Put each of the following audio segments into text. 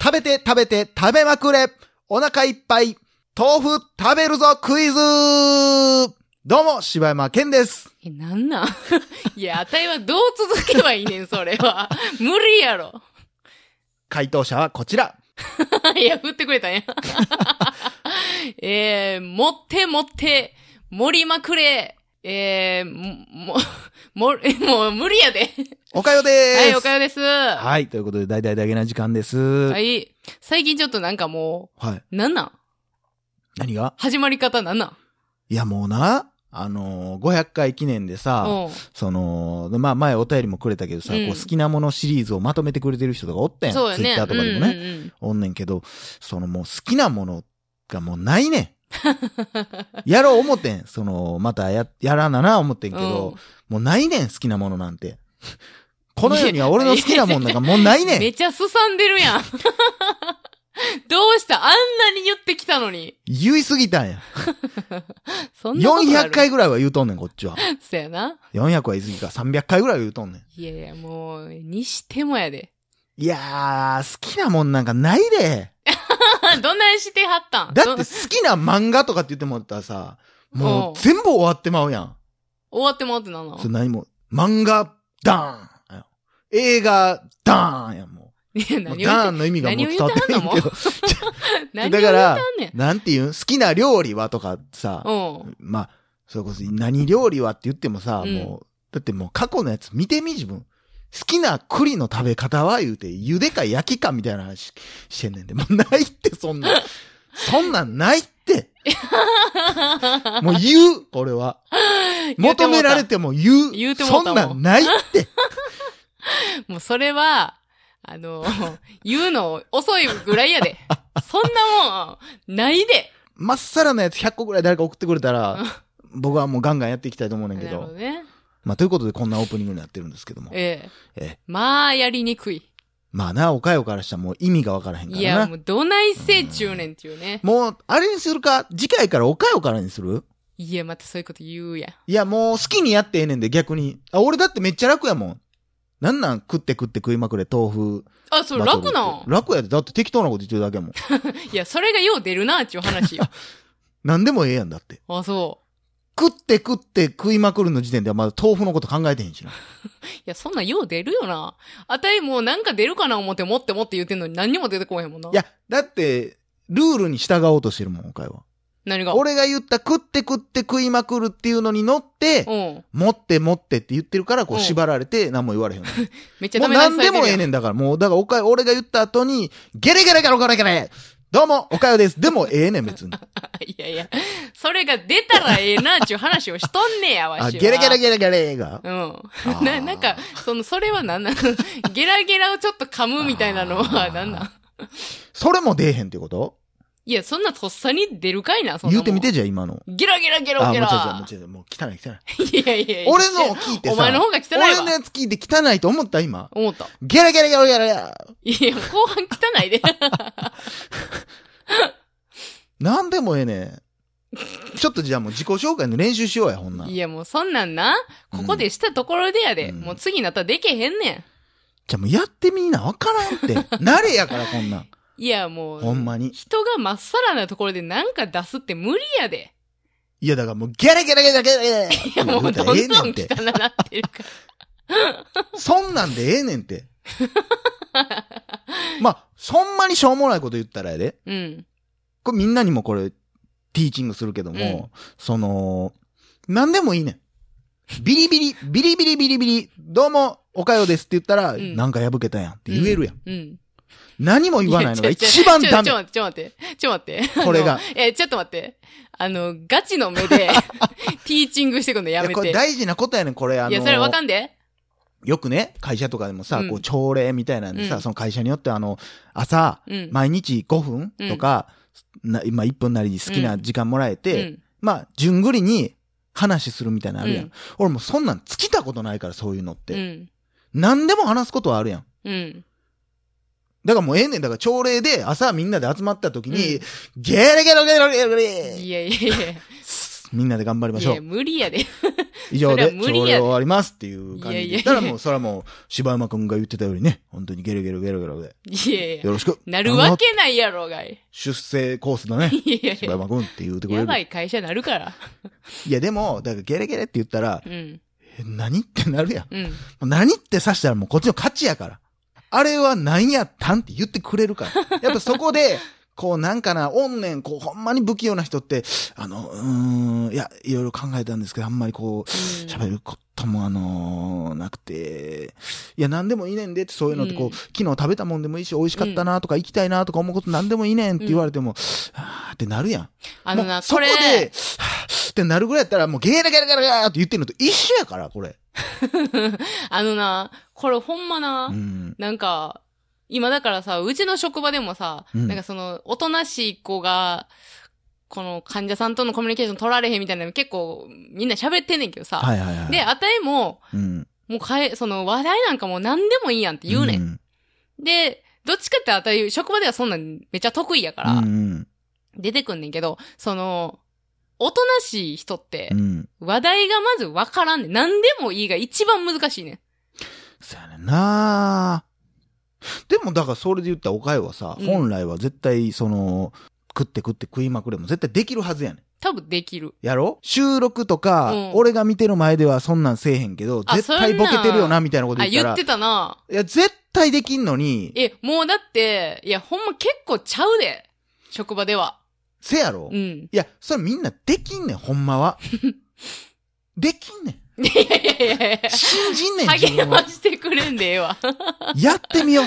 食べて食べて食べまくれお腹いっぱい豆腐食べるぞクイズどうも、柴山健です。え、なんなん いや、あたいはどう続けばいいねん、それは。 無理やろ。 回答者はこちら。いや、振ってくれたんや。 えー、持って持って、盛りまくれ。えー、も、も、も えもう無理やで。おかよではす。い、おかよです。ははい、ということで、大々だけな時間です。い。はい。最近ちょっとなんかもう、なんなん何が始まり方なんなんいや、もうな、あのー、500回記念でさ、うん。その、まあ、前お便りもくれたけどさ、うんこう好きなものシリーズをまとめてくれてる人とかおったやん。そうやツイね。ッターとかでもね、うんうんうんおんねんけど、そのもう好きなものがもうないねん。 やろう思ってん。その、またや、やらなな思ってんけど、もうないねん、好きなものなんて。 この世には俺の好きなもんなんかもうないねん。めちゃすさんでるやん。 どうしたあんなに言ってきたのに。言いすぎたんや。そんなことある400回ぐらいは言うとんねん、こっちは。 そやな。 400は言い過ぎか、300回ぐらいは言うとんねん。いやいや、もう、にしてもやで。 いやー、好きなもんなんかないで。どんなにしてはったんだってど好きな漫画とかって言ってもらったらさ、もおうう全部終わってまうやん。終わってもらってなのそれ何も、漫画、ダーン映画、ダーンやん、も いや、う。もう何を言っダーて、ンの意味がもう伝わってない何をけ言うど。何だを言かうてらはんね ん。なんていうん好きな料理はとかさ、うん。まあ、それこそ何料理はって言ってもさ、うんもう、だってもう過去のやつ見てみ自分。好きな栗の食べ方は言うて、茹でか焼きかみたいな話してんねんで。もうないって、そ んなん。そんなんないって。もう言う、これは。求められても言う。言うてもそうたんもんなんないって。もうそれは、あの、 言うの遅いぐらいやで。 そんなもん、ないで。まっさらなやつ100個ぐらい誰か送ってくれたら、僕はもうガンガンやっていきたいと思うねんなけるほどど。ね。まあ、ということでこんなオープニングになってるんですけども。ええ。ええまあ、やりにくい。まあな、おかよからしたらもう意味がわからへんからいな。や、もう、どないせい中年っていうね。もう、あれにするか次回からおかよからにするいや、またそういうこと言うやん。いや、もう好きにやってええねんで、逆に。あ、俺だってめっちゃ楽やもん。なんなん食って食って食いまくれ、豆腐。あ、それバトル楽なんって楽やで。だって適当なこと言ってるだけやもん。いや、それがよう出るな、っちゅう 話よ。何でもええやんだって。あ、そ食って食って食いまくるの時点ではまだ豆腐のこと考えてへんしな。う。いや、そんなんよう出るよな。あたいもうなんか出るかな思って、もってもって言ってんのに何にも出てこへんもんな。いや、だって、ルールに従おうとしてるもん、おかよ何は。が。俺が言った食って食って食いまくるっていうのに乗って、うん。持って持ってって言ってるから、こううん縛られて何も言われ へんの。めっちゃもダうメ出何しされでてるもええねんだから、もう、だからおかよ、俺が言った後に、ゲレゲレゲロゲレゲレどうも、おかよです。でもええねん、 別に。 いやいや、それが出たらええな、っちゅう話をしとんねや、わしあ、は。ゲレゲレゲレゲレが。うんー。 な、なんか、その、それはなんなん ゲラゲラをちょっと噛むみたいなのあはーなんなんそれも出えへんってこといや、そんなとっさに出るかいな、そんな言もうんてみ。て、じゃあ今の。ゲラゲラゲあ、ロもうゲ違うラ。違う、もう違う、もう汚い汚い。いやいやいや。俺のを聞いてさ、お前の方が汚いわ俺のやつ聞いて汚いと思った、今。思った。ゲレゲレゲロゲレいや、後半 汚いで。なんでもええねん。ちょっとじゃあもう自己紹介の練習しようや、ほんなん。いじゃや、もうそんなんな、ここでしたところでやで。うんもう次なったらでけへんねあもうやってみな、わからんって。 慣れやから、こんなん。ん。いや、もう。ほんまに。人がまっさらなところでなんか出すって無理やで。いや、だからもう、ゲレゲレゲレゲレゲレいいや、もうどんどんええね汚んって。なってるかそんなんでええねんって。 まあ、そんまにしょうもないこと言ったらやで。ら。うん。これみんなにもこれ、ティーチングするけども、その、なんでもいいねん。ビリビリ、ビリビリビリビリ、どうも、おかよですって言ったら、んなんか破けたやんって言えるやん。うん。何 も言わないのがやちょ一 番ちょダメち。ょ、ちょ、ちょ待って。ちょ、待って。これが あの。え、ちょっと待って。あの、ガチの目で、 ティーチングしてくんのやいめや、こて。れいや、大事なことやねん、これ。あのそれわかんで。よくね、会社とかでもさ、うんこう、朝礼みたいなんでさ、うんその会社によってあの、朝、うん。毎日5分とか、な今1分なり好きな時間もらえうて、ん。まあ、順繰りに話するみたいなのあるやん。うん俺もうそんなん尽きたことないから、そういうのって。うん。何でも話すことはあるやん。うん。だからもうええねん。だから朝礼で朝みんなで集まった時に、うんゲロゲロゲロゲロゲロいやいやいや。すみんなで頑張りまいしょや、う。無理やで。以上で、それは無朝礼理やで終わりますっていう感じでいやいやい言っやたらもう、それはもう、柴山くんが言ってたようにね、本当にゲロゲロゲロゲロで、いやいやよ。ろしく。なるわけないやろうがい。出世コースだ ね。いやい柴や。山くんって言うてくれやばる。い会社なるから。いや、でも、だからゲレゲレって言ったら、うん。え何ってなるやん。もううん。何って刺したらもうこっちの勝ちやから。あれは何やったんって言ってくれる から。やっぱそこで、こうなんかな、怨念、こうほんまに不器用な人って、あの、うーん、いや、いろいろ考えたんですけど、あんまりこう、喋ることもあのーなくて、いや、何でもいいねんでって、そういうのってこう、うん昨日食べたもんでもいいし、美味しかったなとか、行きたいなとか思うこと何でもいいねんって言われても、あーってなるやん。あのもな、うそここで、れ、はぁってなるぐらいやったら、もうゲラゲラゲラゲラって言ってるのと一緒やから、これ。あのな、これほんまなう、ん。なんか、今だからさ、うちの職場でもさ、うんなんかその、おとなしい子が、この患者さんとのコミュニケーション取られへんみたいなの結構みんな喋ってんねんけどさ。はいはいはい。で、あたいも、うん、もうかえ、その話題なんかもう何でもいいやんって言うねん。ん。で、どっちかってあたい、職場ではそんなんめっちゃ得意やかうら、ん出てくんねんけど、その、おとなしい人ってうん。う、ん。話題がまずわからんねん。何でもいいが一番難しいねん。そやねんなでも、だからそれで言ったらおかゆはさ、うん本来は絶対、その、食って食って食いまくれも絶対できるはずやねん。多分できる。やろ収録とか、うん俺が見てる前ではそんなんせえへんけど、あ絶対ボケてるよな、みたいなことあ、言った言ら。ってたないや、絶対できんのに、え、もうだって、いや、ほんま結構ちゃうで。職場では。せやろ、うい ん。や、それみんなできんねん、ほんま は。できんねん。いやいやいやいや。信じんねん、自 励分まは。してくれんでええわ。やってみよう。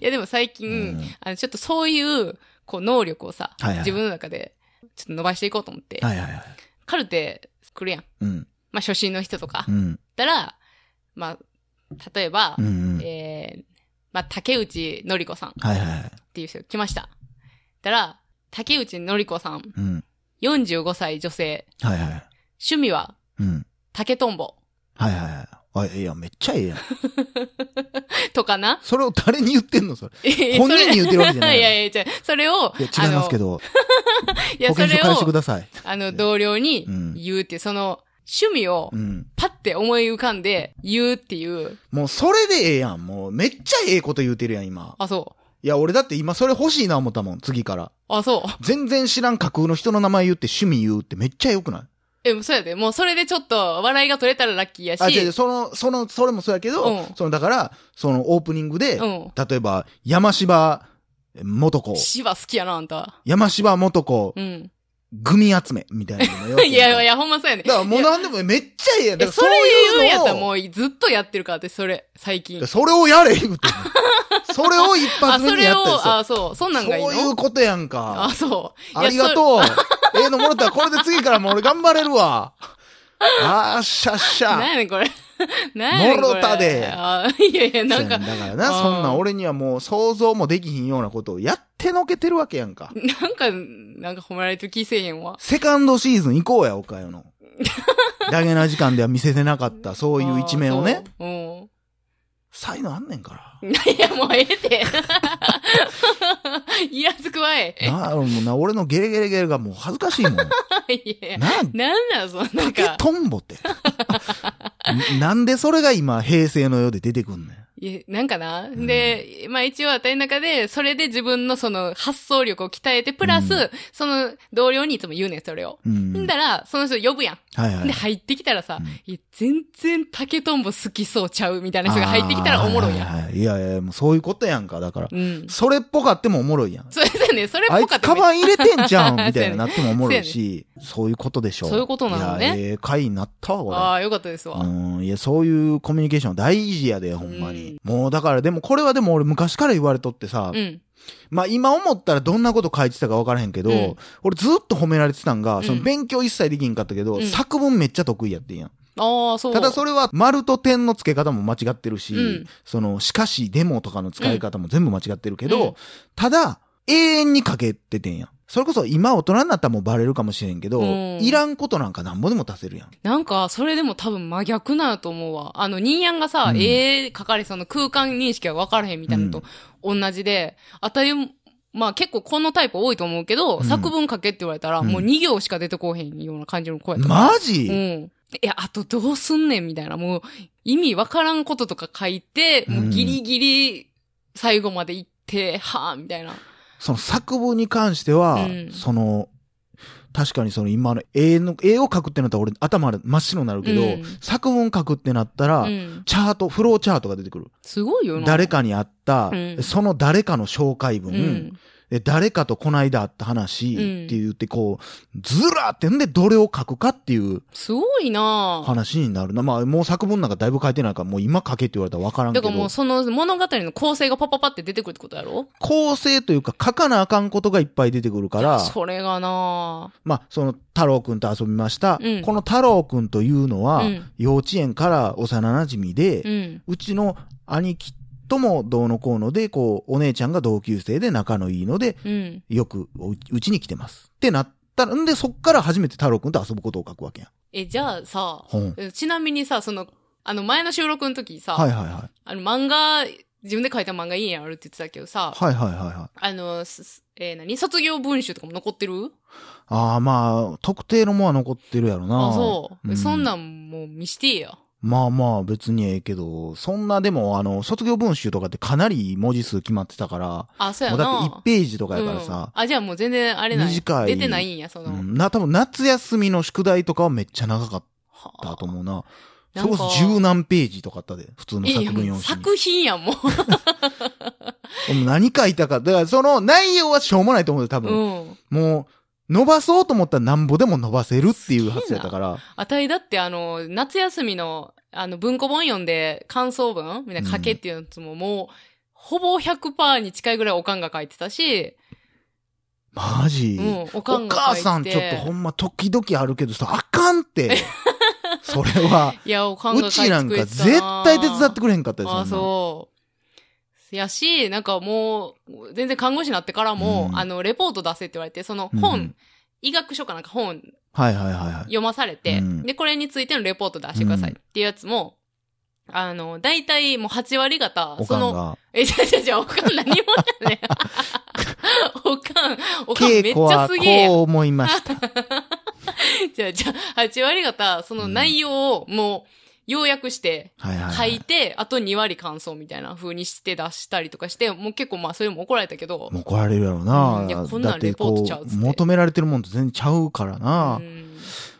いや、でも最近、うんあの、ちょっとそういう、こう、能力をさ、はいはい自分の中で、ちょっと伸ばしていこうと思って、はいはいはい。カルテ来るやん。うん。まあ、初心の人とか、うだん。ったら、まあ、例えば、うんうん。えー、まあ、竹内のり子さんっはいはいはい。ていう人来ました。だったら、竹内のり子さん、うん。 45歳女性、はいはいはい。趣味はうん。竹とんぼ はいはいはい。あ、ええやん、めっちゃええやん。とかな。 それを誰に言ってんの、それ。本本人に言ってるわけじゃない いやいやいや、それを、いや、違いますけど、あのい保や、そ険証れ返してくを、ださい。あの、同僚にうん言うって、その、趣味をう、ん。パッて思い浮かんで言うっていう。もうそれでええやん。もうめっちゃええこと言うてるやん、今。あ、そいや、俺だって今それ欲しいな思ったもん、次から。う。あ、そう。全然知らん架空の人の名前言って趣味言うってめっちゃ良くないえ、そうやで。もうそれでちょっと笑いが取れたらラッキーやし。あ、違う違う、その、その、それもそうやけど、うんその、だから、そのオープニングで、うん。例えば、山柴元子、芝好きやな、あんた。山柴元子、うん。グミ集め、みたいなのもよ いやいや、ほんまそうやねだ。からもうなんでもめっちゃええやん。だえからそれ言うんやったらをもうずっとやってるからって、それ、最近。それをやれ、言うてんのそれを一あ、発目そにれやっを、たりさあ、そう。そんなんがいいのそういうことやんか。あ、そう。いあやりがとう。 ええのもらったらこれで次からもう俺頑張れるわ。あーっしゃっしそゃ。なんやねん、これ。 なんやねんこれ。もろたであいやいや、なんかせ、だからな、あーそんな俺にはもう想像もできひんようなことをやってのけてるわけやんか。なんか、なんか褒められてる気せえへんわ。セカンドシーズン行こうや、おかよ の。ダゲな時間では見せてなかった、そういう一面をね。あー。そう才能あんねんかうん。 いや、もうええて。 イラつくわ い。ら。なあ、もうな、俺のゲレゲレゲレがもう恥ずかしい もん。ないやいや。あ、なんなん、そのなん竹か。とんぼって。 んなんでそれが今、平成の世で出てくんねん。いや、なんかな。で、まあ一応当たりの中で、それで自分のその発想力を鍛えて、プラス、うんその同僚にいつも言うねん、それを。うん。んだら、その人呼ぶやん。はいはいで、。入ってきたらさ、うんいや全然竹とんぼ好きそうちゃうみたいな人が入ってきたらおもろいやん。ん。いやいや、もうそういうことやんか、だから。うん。それっぽかってもおもろいやん。そうですね、それっあぽいかつったカめっちバン入れゃてんじゃん そうやねみたいななってもおもろいし、そういうことでしょそういうことなのねいや、ええ回になったあわ、あ、よかったですこわ。れ。うん、いや、そういうコミュニケーション大事やで、ほんまに。もうだから、でもこれはでも俺昔から言われとってさ、うん。まあ今思ったらどんなこと書いてたかわからへんけど、うん俺ずっと褒められてたんが、んその勉強一切できんかったけど、うん作文めっちゃ得意やってんやん。ああ、そう。ただそれは丸と点の付け方も間違ってるし、うんその、しかし、デモとかの使い方も全部間違ってるけど、うんただ、永遠にかけててんやん。それこそ今大人になったらもうバレるかもしれんけど、うんいらんことなんかなんぼでも足せるやん。なんか、それでも多分真逆なんやと思うわ。あの、ニーヤンがさ、うんええ書かれその空間認識は分からへんみたいなのと同じで、あたりまあ結構このタイプ多いと思うけど、うん作文書けって言われたら、うんもう2行しか出てこうへんような感じの子やった。マうジん。いや、あとどうすんねんみたいな、もう意味わからんこととか書いて、もうギリギリ最後まで行って、はぁ、みたいな。その作文に関しては、うんその、確かにその今の絵の、絵を書くってなったら俺頭真っ白になるけど、うん作文書くってなったら、うん。チャート、フローチャートが出てくる。すごいよな。誰かに会った、うんその誰かの紹介う文、ん。で誰かとこないだ会った話っうんて言ってこう、ずらーってんでどれを書くかっていうすごいなぁ。話になるな。まあもう作文なんかだいぶ書いてないからもう今書けって言われたらわからんけだど。からもうその物語の構成がパパパって出てくるってことやろ構成というか書かなあかんことがいっぱい出てくるから、それがなまあその太郎くんと遊びました。うんこの太郎くんというのは、ぁ。うん。幼稚園から幼馴染で、うん。うちの兄貴ともどうのこうので、こう、お姉ちゃんが同級生で仲のいいので、うん。よくおうちに来てます。ってなったら、んで、そっから初めて太郎くんと遊ぶことを書くわけやん。え、じゃあさ、ほん。えちなみにさ、その、あの前の収録の時さ、はいはいはい。あの漫画、自分で書いた漫画いいんやろって言ってたけどさ、はいはいはいはい。あの、すすえー何卒業文集とかも残ってるああ、まあ、特定のもんは残ってるやろな。あそう、うんそんなんもう見してえや。まあまあ、別にええけど、そんなでも、あの、卒業文集とかってかなり文字数決まってたから、あ、そうもやうな。だって1ページとかやからうんさ、あ、じゃあもう全然あれない。短い出てないんや、その。うん、な、多分夏休みの宿題とかはめっちゃ長かっはあたと思うな。なそんれこかそ十何ページとかあったで、普通のいやい作や文も用う紙に。作品やん、もでも何書いたか。だからその内容はしょうもないと思うよ、多う。分。うん。もう、伸ばそうと思ったらなんぼでも伸ばせるっていう発想やったから。あたいだってあの、夏休みの、あの、文庫本読んで感想文みたいな書けっていうやつももう、ほぼ100%に近いぐらいおかんが書いてたし、マジ、うん、おかんおが母書いてて。さんちょっとほんま時々あるけどさ、あかん って。それは。いや、おかんがう書いちなんか絶対手伝ってくれへんかったですあ、そう。やし、なんかもう、全然看護師になってからも、うんあの、レポート出せって言われて、そのうん本、医学書かなんか本はいはいはいはい。読まされて、うんで、これについてのレポート出してくださいっていうやつも、あの、大体もう8割方、おそかんの、が。え、じゃじゃじゃ、おかん何もやね ん。おかん、おかんめ稽っ古ちゃはこすげえやん。う思いました。じゃあ、じゃあ、8割方、その内容をもう、要約して、はいはい、書はいいて、あと2割感想みたいな風にして出したりとかして、もう結構まあそれも怒られたけど。もう怒られるやろな。うんいやこんなんだってレポーこトちゃうっつっう、て求められてるもんと全然ちゃうからな。ん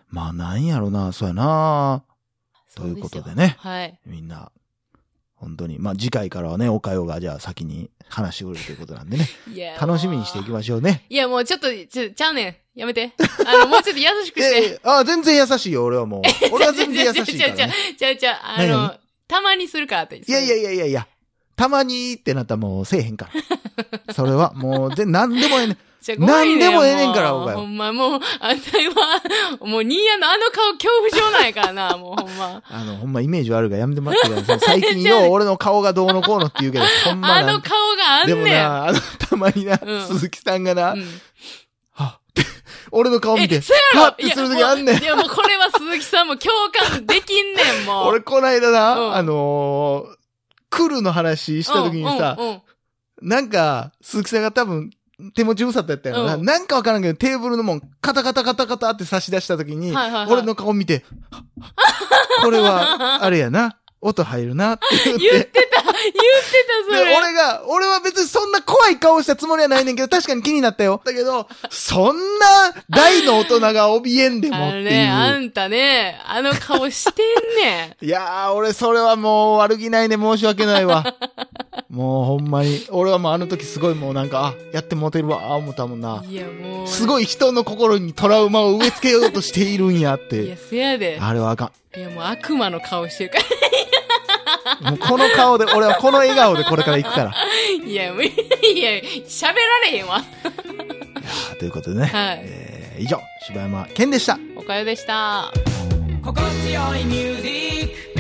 まあなんやろな、そうやな。そというすこよとでねはい。みんな。本当に。まあ次回からはね、おかよがじゃあ先に話してくれるということなんでね。いや楽しみにしていきす。ましょうね。いや、もうちょっと、ちょ、ちゃうねん。やめ て。あの、もうちょっと優しくして。え、あ、全然優しいよ、俺は もう。俺は全然優しいから、ね。ちゃうちゃう、あ何の、たまにするからって。いやいやや。いやいやいや。たまにってなったらもうせえへん から。それはもう、ぜ、なんでもええねん。ちょごめん何でもええねんからもうお前はほんま、もう、あんたは、もう、ニーヤのあの顔恐怖症なんやからな、もうほんま。あの、ほんまイメージ悪いからやめてもらってください。最近よう俺の顔がどうのこうのって言うけど、ほんまあなのんか。顔があんでもねん。な、あの、たまにな、うん鈴木さんがな、うんはっって、俺の顔見て、え、そうやろはっってする時あんねんい。や、もういやもうこれは鈴木さんも共感できんねん、もう。俺、こないだな、うんあのー、来るの話した時にさ、うんうんうんなんか、鈴木さんが多分、手持ち無沙汰やったよな、うんなんかわからんけど、テーブルのもん、カタカタカタカタって差し出した時に、はいはいはい俺の顔見て、 はっこれは、あれやな、音入るなって言って。言ってた、言ってた、そで、れ。俺が、俺は別にそんな怖い顔したつもりはないねんけど、確かに気になったよ。だけど、そんな大の大人が怯えんでもってあのいう。ね、あんたね、あの顔してんねん。いやー、俺それはもう悪気ないね、申し訳ないわ。 もうほんまに。俺はもうあの時すごいもうなんか、あ、やってもうてるわ、あ思ったもんな。 いや、もう。すごい人の心にトラウマを植え付けようとしているんやっい て。や、せやで。あれはあかいや、もう悪魔の顔してるかん。もうこの顔で、俺はこの笑顔でこれから行くから。ら。いや、もう、いや、喋られへんわ。あーということでね。はいえー、以上、柴山健でした。おかよでした。心地よいミュージック